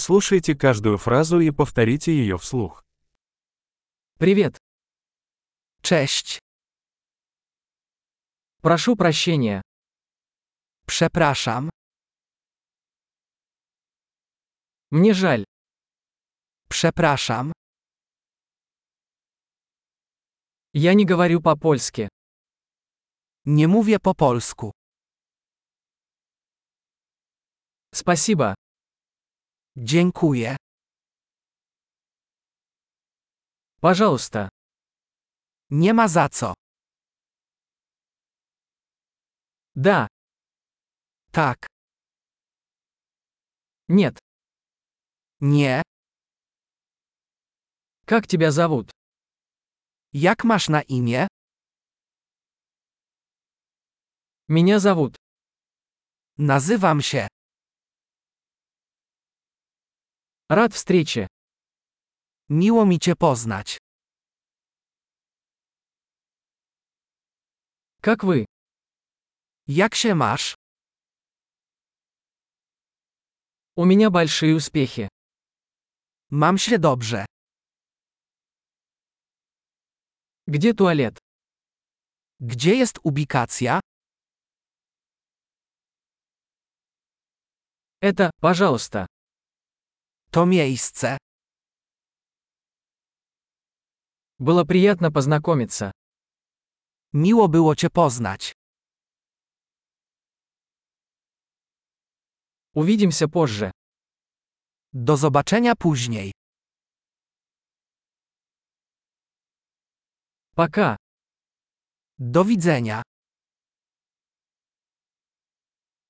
Прослушайте каждую фразу и повторите ее вслух. Привет. Cześć. Прошу прощения. Przepraszam. Мне жаль. Przepraszam. Я не говорю по-польски. Nie mówię po polsku. Спасибо. Dziękuję. Пожалуйста. Nie ma za co. Да. Tak. Нет. Nie. Как тебя зовут? Jak masz na imię? Меня зовут. Nazywam się. Рад встрече. Miło mi cię poznać. Как вы? Jak się masz? У меня большие успехи. Mam się dobrze. Где туалет? Gdzie jest ubikacja? Это, пожалуйста. To miejsce. Было приятно познакомиться. Miło było cię poznać. Увидимся позже. Do zobaczenia później. Пока. Do widzenia.